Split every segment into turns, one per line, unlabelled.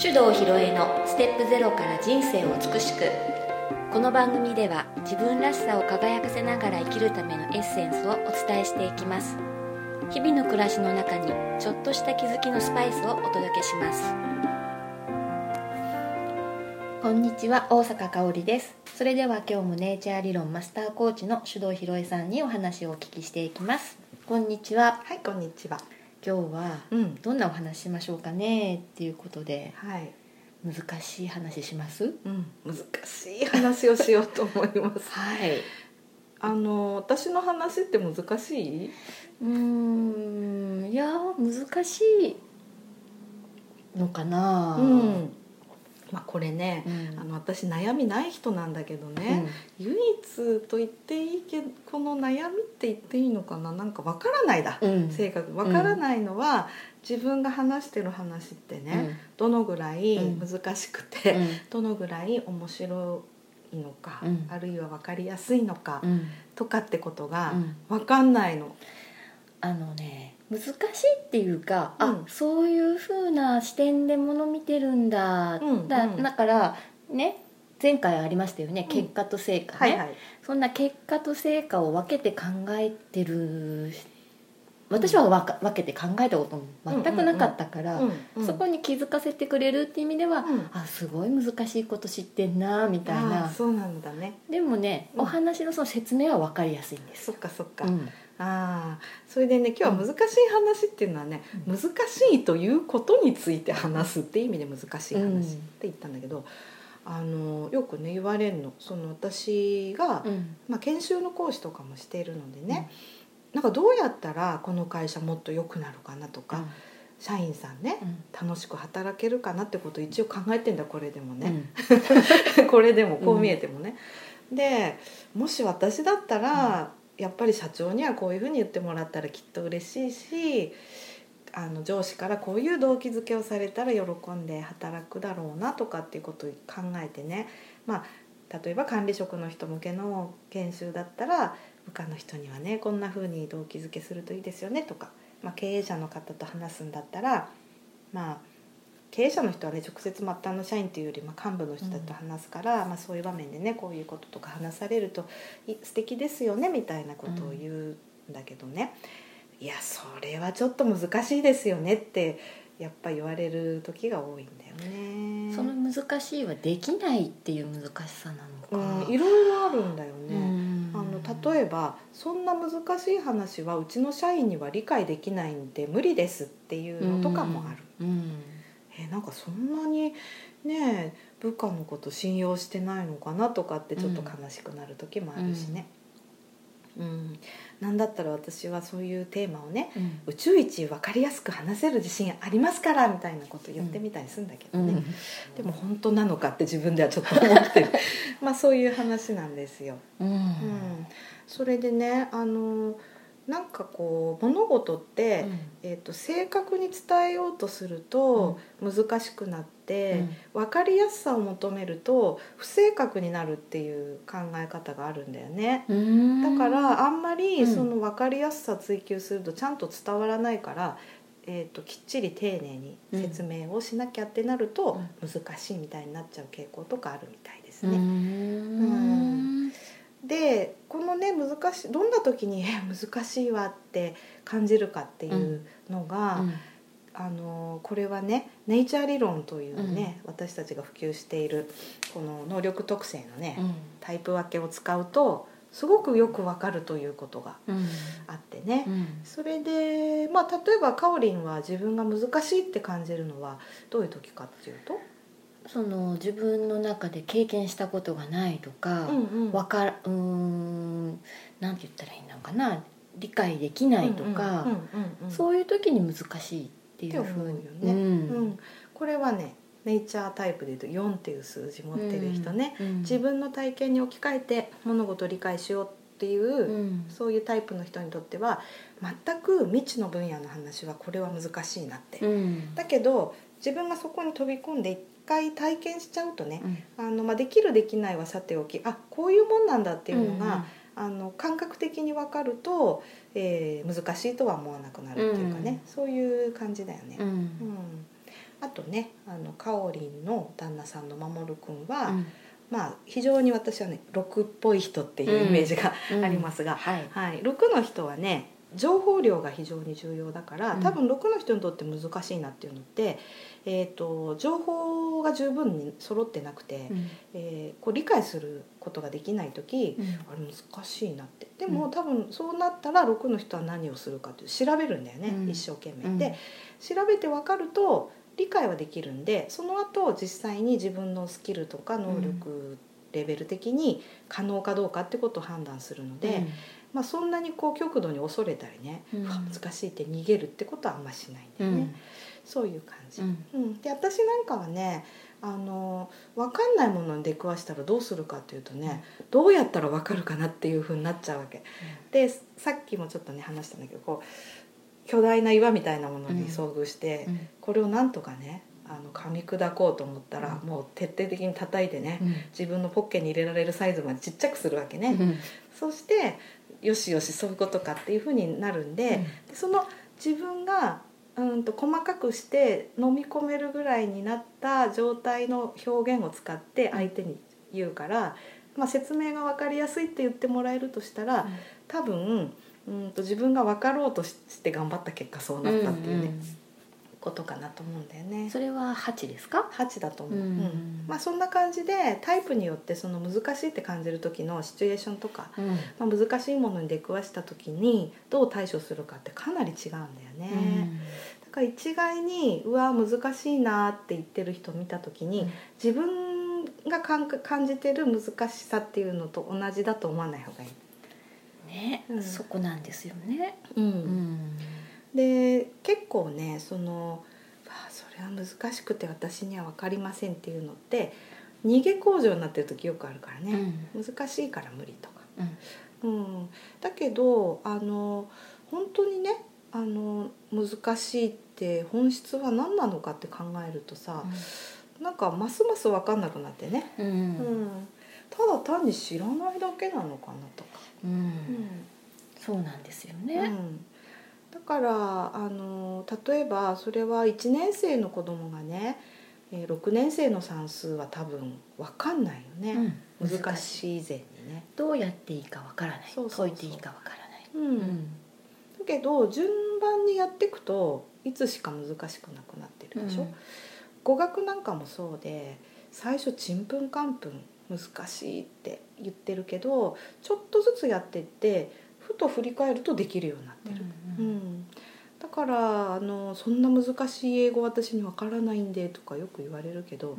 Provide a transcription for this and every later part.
手動ひろえのステップゼロから人生を美しくこの番組では自分らしさを輝かせながら生きるためのエッセンスをお伝えしていきます日々の暮らしの中にちょっとした気づきのスパイスをお届けします
こんにちは大阪香織ですそれでは今日もネイチャー理論マスターコーチの手動ひろえさんにお話をお聞きしていきますこんにちは
はい、こんにちは。
今日は
うん、
どんなお話しましょうかねっていうことで
はい、
難しい話します
うん、難しい話をしようと思います。
はい
あの、私の話って難しい。
うーんいや難しいのかな
うん、まあ、これね
う、ん
あの、私悩みない人なんだけどね。唯一と言っていいけど、この悩みって言っていいのかな、なんかわからないだ。
うんうん
正確、わからないのは、自分が話してる話ってね、どのぐらい難しくて、どのぐらい面白いのか、
うん
あるいは分かりやすいのか
うんうん
とかってことが
うん
分かんないの。
あのね難しいっていうか、
うん
あそういう風な視点でもの見てるんだ、
うん
だ
うん
だからね前回ありましたよね、
うん
結果と成果ね、
い。
そんな結果と成果を分けて考えてる私はわか分けて考えたことも全くなかったから、
うん
そこに気づかせてくれるっていう意味では、
うん
あすごい難しいこと知ってんなみたい
あー
な
そうなんだね。
でもね、
うん
お話のその説明は分かりやすいんです
そっかそっか。
うん
ああ、それでね今日は難しい話っていうのはね、難しいということについて話すっていう意味で難しい話って言ったんだけど、あのよくね言われるの。その私が、
うん
まあ研修の講師とかもしているのでね。なんかどうやったらこの会社もっと良くなるかなとか、社員さんね
うん
楽しく働けるかなってことを一応考えてんだこれでも
う
ね、
ん
これでもこう見えてもね、でもし私だったら、やっぱり社長にはこういうふうに言ってもらったらきっと嬉しいしあの上司からこういう動機づけをされたら喜んで働くだろうなとかっていうことを考えてねまあ例えば管理職の人向けの研修だったら部下の人にはねこんな風に動機づけするといいですよねとか、まあ、経営者の方と話すんだったらまあ経営者の人はね直接末端の社員というより、まあ、幹部の人だと話すから、まあ、そういう場面でねこういうこととか話されるとい素敵ですよねみたいなことを言うんだけどね、いやそれはちょっと難しいですよねってやっぱ言われる時が多いんだよね。
その難しいはできないっていう難しさなの
う
か、
ん、いろいろあるんだよね。あの
え
例えばそんな難しい話はうちの社員には理解できないんで無理ですっていうのとかもある、、
うん
えなんかそんなにね部下のこと信用してないのかなとかってちょっと悲しくなる時もあるしね、うんなんだったら私はそういうテーマをね
うん
宇宙一分かりやすく話せる自信ありますからみたいなこと言ってみたりするんだけどね、でも本当なのかって自分ではちょっと思ってるまあそういう話なんですよ。
うん
うんそれでねあのなんかこう物事って、えー、と正確に伝えようとすると難しくなって、分かりやすさを求めると不正確になるっていう考え方があるんだよね。
うん
だからあんま
う
り
ん
その分かりやすさ追求するとちゃんと伝わらないから、えー、ときっちり丁寧に説明をしなきゃってなると難しいみたいになっちゃう傾向とかあるみたいです
う
ね。
ん
でこのね難しいどんな時に え難しいわって感じるかっていうのが、あのこれはねネイチャー理論というね、私たちが普及しているこの能力特性のね、
うん
タイプ分けを使うとすごくよくわかるということが
うん
あってね。
うん
それで、まあ、例えばかおりんは自分が難しいって感じるのはどういう時かっていうと、
その自分の中で経験したことがないとか、
うんうん
わかうーんなんて言ったらいいのかな理解できないとか、
うんうんうんうん
そういう時に難しいっていうふうに
って思うよね
ん
うん、これはねネイチャータイプでいうと4っていう数字持ってる人ね、
うん
自分の体験に置き換えて物事を理解しようっていう、
うん
そういうタイプの人にとっては全く未知の分野の話はこれは難しいなって、
うん
だけど自分がそこに飛び込んで一回体験しちゃうとね、
うん
あのまあ、できるできないはさておきあこういうもんなんだっていうのが、あの感覚的に分かると、えー難しいとは思わなくなるっていうかね、そういう感じだよね。
うんうん
うんあとねあのかおりんの旦那さんの守君は、
うん
まあ非常に私はね6っぽい人っていうイメージが、
うん
ありますが、
はい
はい、6の人はね情報量が非常に重要だから
うん
多分6の人にとって難しいなっていうのって、えー、と情報が十分に揃ってなくて、
うん
えーこう理解することができない時
うん
あれ難しいなってでも、多分そうなったら6の人は何をするかっていう調べるんだよね、
うん
一生懸命。
うん
で調べて分かると理解はできるんでその後実際に自分のスキルとか能力レベル的に可能かどうかってことを判断するので、まあ、そんなにこう極度に恐れたりね、
うん
うわ難しいって逃げるってことはあんましないんだ
う
よ
ん
ね、そういう感じ。
う
うん
ん
で私なんかはねあの分かんないものに出くわしたらどうするかっていうとね、どうやったら分かるかなっていうふうになっちゃうわけ。でさっきもちょっとね話したんだけどこう巨大な岩みたいなものに遭遇して、
うん
これをなんとかねあの噛み砕こうと思ったら、もう徹底的に叩いてね、自分のポッケに入れられるサイズまでちっちゃくするわけね。
うん
そしてよしよしそういうことかっていうふうになるんで,、でその自分がうんと細かくして飲み込めるぐらいになった状態の表現を使って相手に言うから、まあ、説明が分かりやすいって言ってもらえるとしたら、多分うんと自分が分かろうとしして頑張った結果そうなったっていうね、ことかなと思うんだよ
うん
ね。
それは八ですか
8だと思う、
うん
うんまあ、そんな感じでタイプによってその難しいって感じる時のシチュエーションとか
うん
まあ、難しいものに出くわした時にどう対処するかってかなり違うんだよね、だから一概にうわ難しいなって言ってる人を見た時に、
うん
自分が感感じてる難しさっていうのと同じだと思わない方がいい。
ね
うん
そこなんですよねうん
で結構ねその「うわそれは難しくて私には分かりません」っていうのって逃げ工場になってる時よくあるからね。
うん
難しいから無理とか、
う
うんだけどあの本当にねあの難しいって本質は何なのかって考えるとさ、なんかますます分かんなくなってね、
う
うんただ単に知らないだけなのかなとか、
うんそうなんですよ
う
ね
んだからあの例えばそれは1年生の子供がねえー6年生の算数は多分分かんないよね、
うん
難しい以前にね。
どうやっていいかわからない
そうそうそ
解
う
いていいかわからない
うんだけど順番にやっていくといつしか難しくなくなってるでしょ、
うん
語学なんかもそうで最初ちんぷんかんぷん難しいって言ってるけどちょっとずつやっていってふと振り返るとできるようになってる、
う
うんんだからあの「そんな難しい英語私にわからないんで」とかよく言われるけど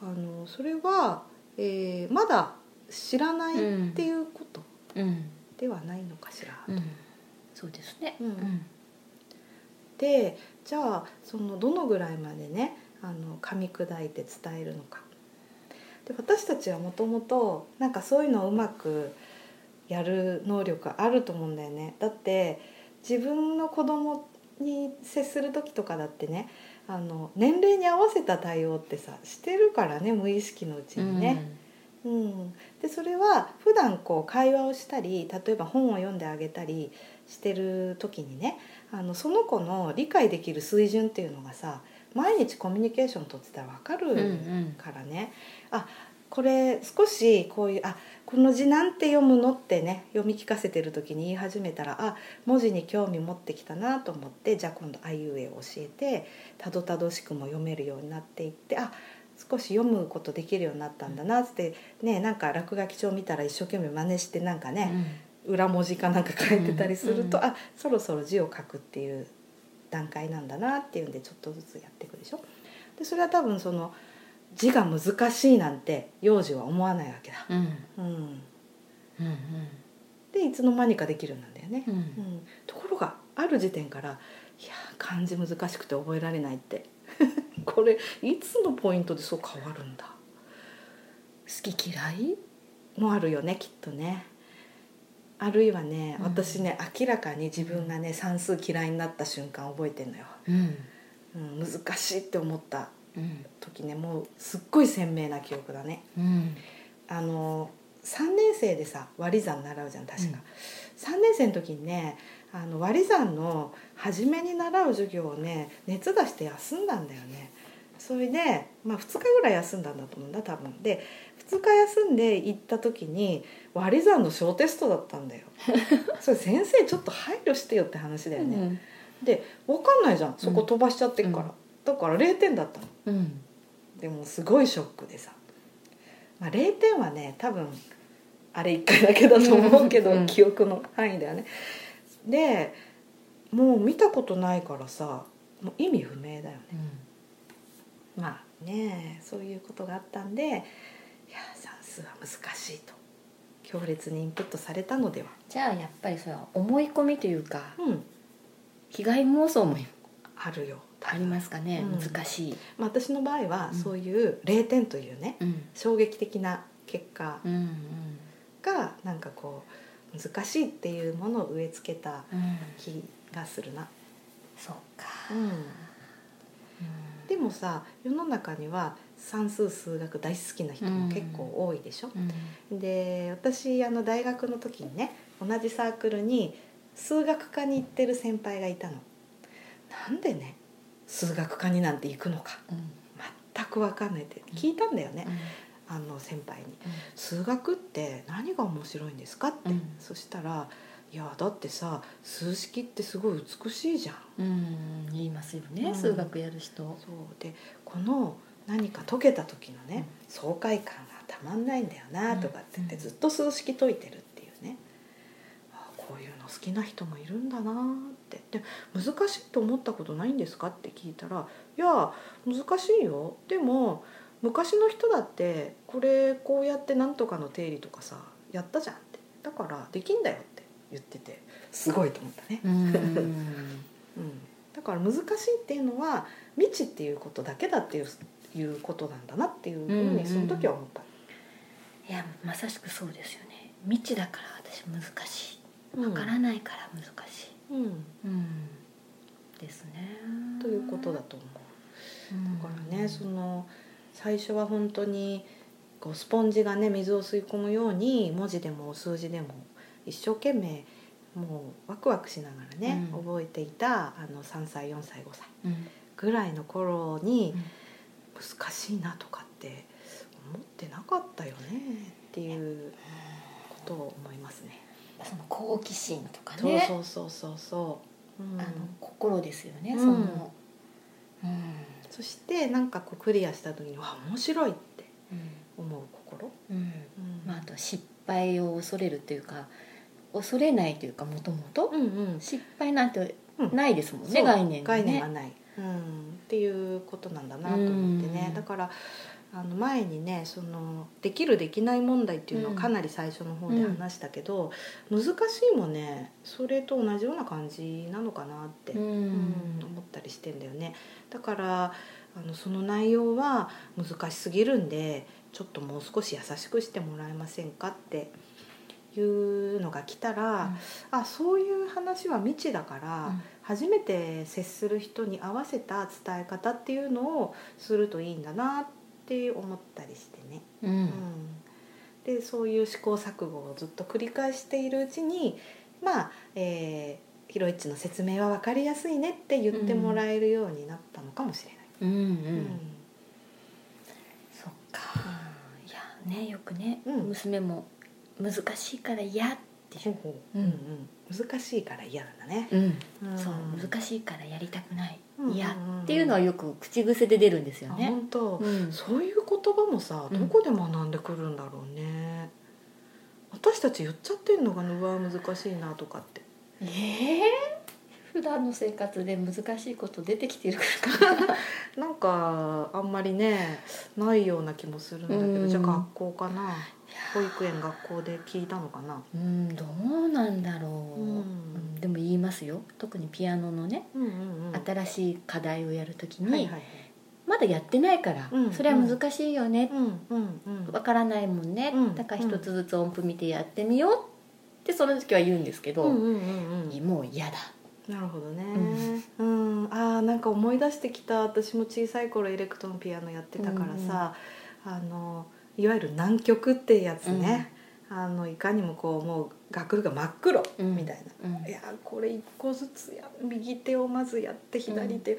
あのそれは、えーまだ知らないっていうこと
うんうん
ではないのかしら、
うんそうですね
うん
うん
でじゃあそのどのぐらいまでねあの噛み砕いて伝えるのかで私たちはもともとなんかそういうのをうまくやる能力があると思うんだよねだって自分の子供に接する時とかだってねあの年齢に合わせた対応ってさしてるからね無意識のうちにね。うん、でそれは普段こう会話をしたり例えば本を読んであげたりしてる時にねあのその子の理解できる水準っていうのがさ毎日コミュニケーション取ってたら分か
うんう
る
ん
からね、あこれ少しこういう「あこの字なんて読むの?」ってね読み聞かせてる時に言い始めたらあ文字に興味持ってきたなと思ってじゃあ今度「あいうえ」を教えてたどたどしくも読めるようになっていってあ少し読むことできるようになったんだなっつってねなんか落書き帳見たら一生懸命真似してなんか
う
ね、
ん
裏文字かなんか書いてたりすると、
うん
あそろそろ字を書くっていう段階なんだなっていうんでちょっとずつやっていくでしょ。でそれは多分その字が難しいなんて幼児は思わないわけだ。
うん
うん、
うん
でいつの間にかできるようになるんだよね。
うんう
うんん、ところがある時点から「いやー漢字難しくて覚えられない」って これいつのポイントでそう変わるんだ
好き嫌い
もあるよねきっとねあるいはね、
うん
私ね明らかに自分がね算数嫌いになった瞬間覚えてんのよ、
うん
うん、難しいって思った
うん
時ねもうすっごい鮮明な記憶だね
うん
あの3年生でさ割り算習うじゃん確
う
か、
ん
3年生の時にねあの割り算の初めに習う授業をね熱出して休んだんだよねそれで、まあ、2日ぐらい休んだんだと思うんだ多分で2日休んで行った時に割り算の小テストだったんだ よそれ先生ちょっと配慮してよって話だよね、で分かんないじゃんそこ飛ばしちゃってるから、
うん
だから0点だったの
うんうん
でもすごいショックでさ、まあ、0点はね多分あれ1回だけだと思うけど、
うん
記憶の範囲だよねでもう見たことないからさもう意味不明だよねまあねそういうことがあったんでいや算数は難しいと強烈にインプットされたのでは
じゃあやっぱりそれは思い込みというか
うん
被害妄想も
あるよ
ありますかね、
うん
難しい、
まあ、私の場合は
うん
そういう0点というね
うん
衝撃的な結果
うんうん
がなんかこう難しいっていうものを植え付けた
うん、
気がするな、
そうか、
でもさ世の中には算数数学大好きな人も結構多いでしょ、
うん
で私あの大学の時にね同じサークルに数学科に行ってる先輩がいたのなんでね数学科になんて行くのか
うん
全く分かんないって聞いたんだよね、あの先輩に「数学って何が面白いんですか?」って、
うん
そしたら「いやだってさ数式ってすごい美しいじゃん」
うん、うん言いますよね、
うん
数学やる人、
そうでこの何か解けた時のね、爽快感がたまんないんだよなとかって言って、
うん
ずっと数式解いてるっていうねあこういうの好きな人もいるんだなってで難しいと思ったことないんですかって聞いたら「いや難しいよでも昔の人だってこれこうやってなんとかの定理とかさやったじゃん」って「だからできんだよ」って言っててすごいと思ったね。
うん、
うん、だから難しいっていうのは未知っていうことだけだっていういうことなんだなっていうふう
うんうん
にその時は思った、
いやまさしくそうですよね未知だから私難し
う
い
ん
わからないから難しい、
う
う
ん
ん、ですね
ということだと思う
うん
だからねその最初は本当にこうスポンジがね水を吸い込むように文字でも数字でも一生懸命もうワクワクしながらね、
うん
覚えていたあの3歳4歳5歳
うん
ぐらいの頃に
うん
難しいなとかって思ってなかったよねっていうことを思いますね。
その好奇心とか
そう
ね
そうそうそうそう。うん
あの心ですよね、
うん
その、うん
そしてなんかこうクリアした時にわ面白いって思う心。
うんうん
うん
まあ、あと失敗を恐れるというか恐れないというかもともと
うんうん。
失敗なんて
うん
ないですもんね、
そう
概念がね
概念がない、うん、っていうことなんだなと思ってね、
うん
だからあの前にねそのできるできない問題っていうのを
うん
かなり最初の方で話したけど、難しいもねそれと同じような感じなのかなって、
うん
うん思ったりしてんだよねだからあのその内容は難しすぎるんでちょっともう少し優しくしてもらえませんかっていうのが来たら、あそういう話は未知だから、
うん
初めて接する人に合わせた伝え方っていうのをするといいんだなって思ったりしてね。
うんうん
うん、でそういう試行錯誤をずっと繰り返しているうちにまあ、えー、ヒロイチの説明は分かりやすいねって言ってもらえるようになったのかもしれ
う
ない。
んう
うん
んそっかいやねよくね、
うん
娘も難しいから嫌って
ほ
いうう、
ほう
うん
うんうん難しいから嫌なんだね。ん
そう難しいからやりたくない、
うん
嫌
うんうん
っていうのはよく口癖で出るんですよ
あ
ね、
本当、
うん
そういう言葉もさ
う
ど
ん
こで学んでくるんだろうね、私たち言っちゃってんのがうわ難しいなとかって
ええ普段の生活で難しいこと出てきてるか
なんかあんまりねないような気もするんだけど、
うん
じゃあ学校かな保育園学校で聞いたのかな
らうんどうなんだろう、
うん
うんでも言いますよ特にピアノのね、
うんうんうん
新しい課題をやるときに、
はいはいはい
まだやってないから、
うん
それは難しいよね、
うんうんうん
わからないもんね、
うん
だから一つずつ音符見てやってみようってその時は言うんですけど、
うんうんうんうん
もう嫌だ
なるほどね、うんあーなんか思い出してきた私も小さい頃エレクトーンピアノやってたからさ、あのいわゆる南極ってやつね、あのいかにもこうもう楽譜が真っ黒
うん
みたいな、
うん
いやーこれ一個ずつや右手をまずやって左手、う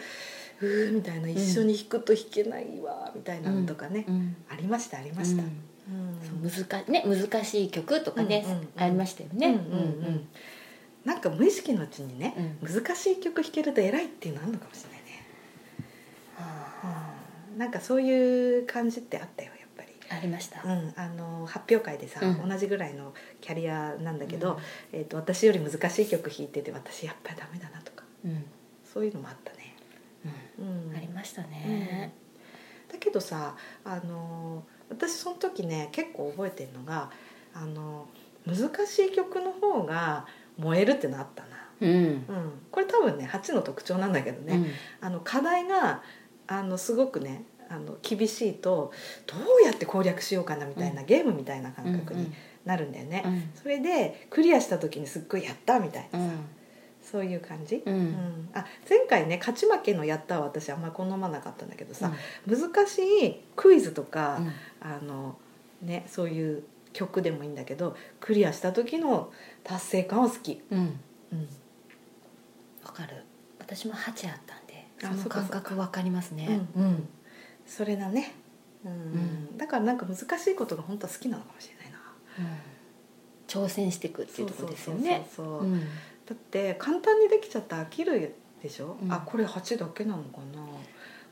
ーみたいな一緒に弾くと弾けないわみたいなのとかね、
うん
ありましたありました、
う
うんん
そう難ね難しい曲とかね、
うんうんうん
ありましたよね。
うんうんうんなんか無意識のうちにね、難しい曲弾けると偉いっていうのあるのかもしれないね、うんなんかそういう感じってあったよやっぱり。
ありました。
うん、あの発表会でさ、
うん
同じぐらいのキャリアなんだけど、
うん
えー、と私より難しい曲弾いてて私やっぱりダメだなとか
うん
そういうのもあったね、うん
ありました
うん
ね。
だけどさあの私その時ね結構覚えてるのがあの難しい曲の方が燃えるってのあった
うん。
な、うん、これ多分ね8の特徴なんだけどね、
うん
あの課題があのすごくねあの厳しいとどうやって攻略しようかなみたいな、ゲームみたいな感覚になるんだよね、
うん
それでクリアした時にすっごいやったみたいな
う
さ、
ん
そういう感じ、
うん
うんあ前回ね勝ち負けのやったは私あんま好まなかったんだけどさ、難しいクイズとか、
うん
あのね、そういう曲でもいいんだけどクリアした時の達成感は好き、
うん
うん
わかる。私も八あったんで、
あ
その
そっかそ
感
っか
覚わかりますね。
う
うん
それだね、うん
う
だからなんか難しいことが本当は好きなのかもしれないな。
うん挑戦していくっていうところですよね。
そうそうそううそうんだって簡単にできちゃったら飽きるでしょ、
うん
あこれ8だけなのかな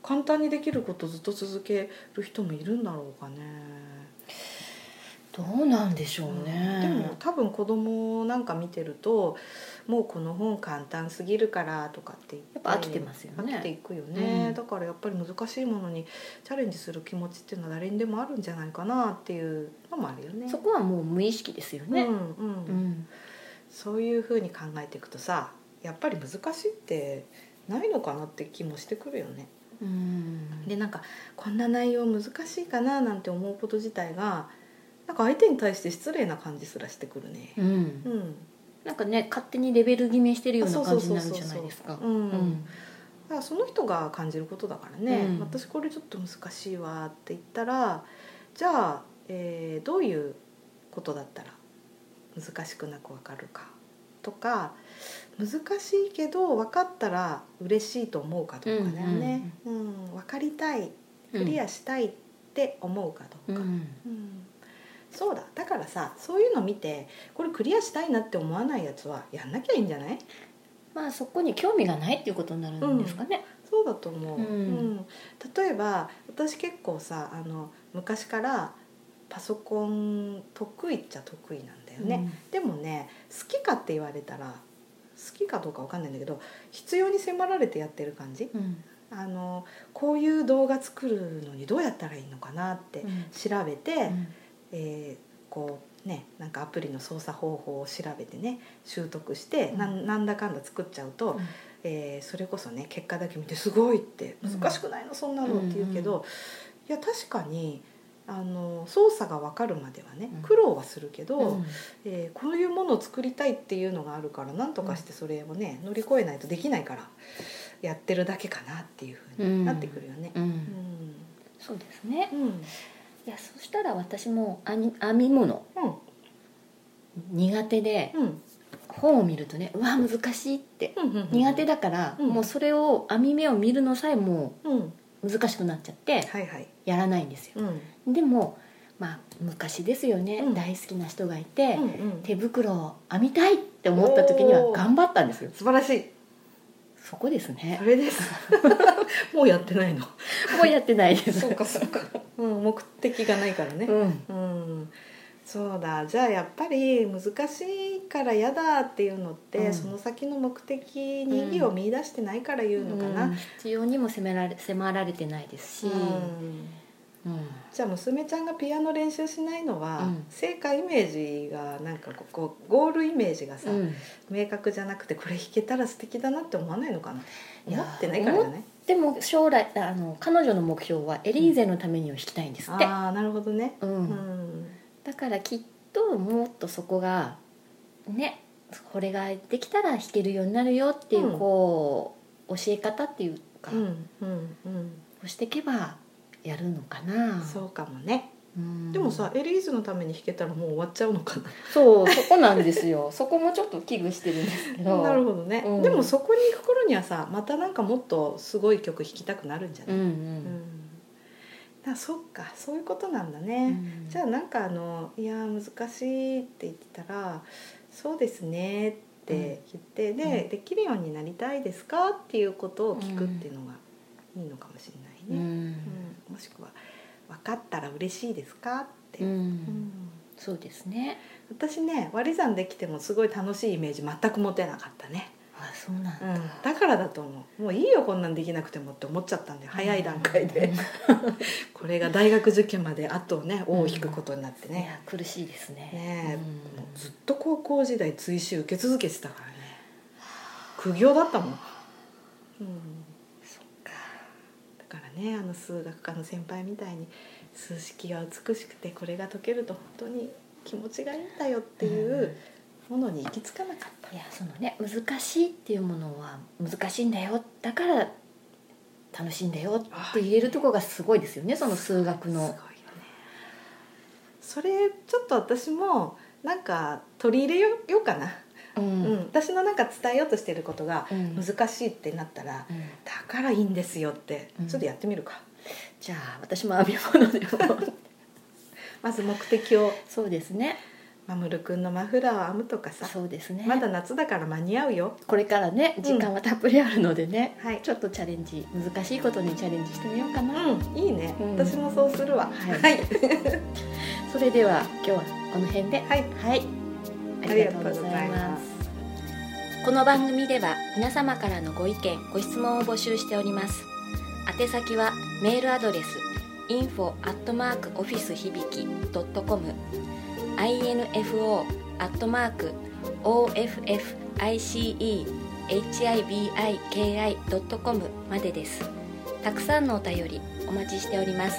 簡単にできることずっと続ける人もいるんだろうかね
どうなんでしょう
で
ね。
も多分子供なんか見てるともうこの本簡単すぎるからとかって言って
やっぱ飽きてますよね
飽きていくよね、
うん
だからやっぱり難しいものにチャレンジする気持ちっていうのは誰にでもあるんじゃないかなっていうのもあるよね
そこはもう無意識ですよね
う。んうん
うん
そういうふうに考えていくとさやっぱり難しいってないのかなって気もしてくるよね。
うん
でなんかこんな内容難しいかななんて思うこと自体がなんか相手に対して失礼な感じすらしてくるね。
うん
うん、
なんかね勝手にレベル決めしてるような
あそ
感
う
じ
そ
に
う
な
そう
る
そう
じゃないですか。
う
うんん
だからその人が感じることだからね、
うん
私これちょっと難しいわって言ったらじゃあ、えーどういうことだったら難しくなくわかるかとか難しいけど分かったら嬉しいと思うかどうかだよね、うん分かりたいクリアしたいって思うか
う
どう
ん
か、うんそうだだからさそういうの見てこれクリアしたいなって思わないやつはやんなきゃいいんじゃない
まあそこに興味がないっていうことになるんですかね。
そうだと思う、
うん
うん例えば私結構さあの昔からパソコン得意っちゃ得意なんだよね、でもね好きかって言われたら好きかどうかわかんないんだけど必要に迫られてやってる感じ
うん。うん
あのこういう動画作るのにどうやったらいいのかなって
うん
調べて、
うん
えーこうねなんかアプリの操作方法を調べてね習得して、な
うん
なんだかんだ作っちゃうと、
うん
えーそれこそね結果だけ見て「すごい!」って「難しくないのそんなの」って言うけど、いや確かにあの操作が分かるまではね
うん
苦労はするけど、
うん
えーこういうものを作りたいっていうのがあるからなんとかしてそれをね乗り越えないとできないからやってるだけかなっていうふうになってくるよね。
う
うんん
そうですね
う。ん
いやそしたら私も編み編み物
うん
苦手で
うん
本を見るとねうわ難しいって
うんうん
苦手だから、
うん
もうそれを編み目を見るのさえも
うん
う難しくなっちゃって
はいはい。
やらないんですよ。
うん
でもまあ昔ですよね、
うん
大好きな人がいて、
うんうん
手袋を編みたいって思った時には
おー
頑張ったんですよ
素晴らしい。
そこですね
それです。もうやってないの。
もうやってないです
そうかそうか。うん目的がないからね。
うん
うん、そうだじゃあやっぱり難しいから嫌だっていうのって、
うん
その先の目的に意義を見出してないから言うのかな、
うん必要にも迫られ迫られてないですし、
うん
うん
じゃあ娘ちゃんがピアノ練習しないのは、
うん
成果イメージがなんかこうこうゴールイメージがさ、
うん
明確じゃなくてこれ弾けたら素敵だなって思わないのかない
や
思ってないからじゃない
でも将来あの彼女の目標はエリーゼのためにを弾きたいんですって、
ああなるほどね、
うん
うん
だからきっともっとそこがねこれができたら弾けるようになるよっていう、
うん
こう教え方っていうか、
うんうんうん
こうしていけばやるのかな
そうかもね
ううん
でもさエリーズのために弾けたらもう終わっちゃうのか
そうそこなんですよ そこもちょっと危惧してるんですけ
な、
ど
なるほどね、
うん
でもそこに行く頃にはさまたなんかもっとすごい曲弾きたくなるんじゃない、
うん
うんだそっかそういうことなんだ
うん、
ね、じゃ
あ
あなんかあの「いやー難しい」って言ってたら「そうですね」って言って、で、できるようになりたいですかっていうことを聞くっていうのがいいのかもしれ
う
ないね、
ん、
うんもしくは「分かったら嬉しいですか?」って、
うん
うん
そうですね
私ね割り算できてもすごい楽しいイメージ全く持てなかったね、
あそうなん
う
だ、
ん、だからだと思うもういいよこんなんできなくてもって思っちゃったんで早い段階で、
うん
これが大学受験まであとね尾を引くことになって
いや
ね、
苦しいですね
ねえ
うん
もうずっと高校時代追試受け続けてたからね苦行だったもん、うん、
そっか
だからねあの数学科の先輩みたいに数式は美しくてこれが解けると本当に気持ちがいいんだよっていうものに行き着かなかった
いやそのね難しいっていうものは難しいんだよだから楽しいんだよって言えるところがすごいですよねその数学
すごいよ
の
ねそれちょっと私もなんか取り入れようかな、
う
うん
ん
私のなんか伝えようとしてることが
うん
難しいってなったら、
うん
だからいいんですよって
うん
ちょっとやってみるか、
じゃあ私も編み物でも
まず目的を
そうですね
マムル君のマフラーを編むとかさ、
そうですね
まだ夏だから間に合うよ
これからね時間はたっぷりあるのでね、
はい
ちょっとチャレンジ難しいことにチャレンジしてみようかな、は
うんいいね、
うん、
私もそうするわはい
それでは今日はこの辺で
はい
はいありがとうございます
この番組では皆様からのご意見ご質問を募集しております宛先はメールアドレス info office 響き .com info officehibiki.com までですたくさんのお便りお待ちしております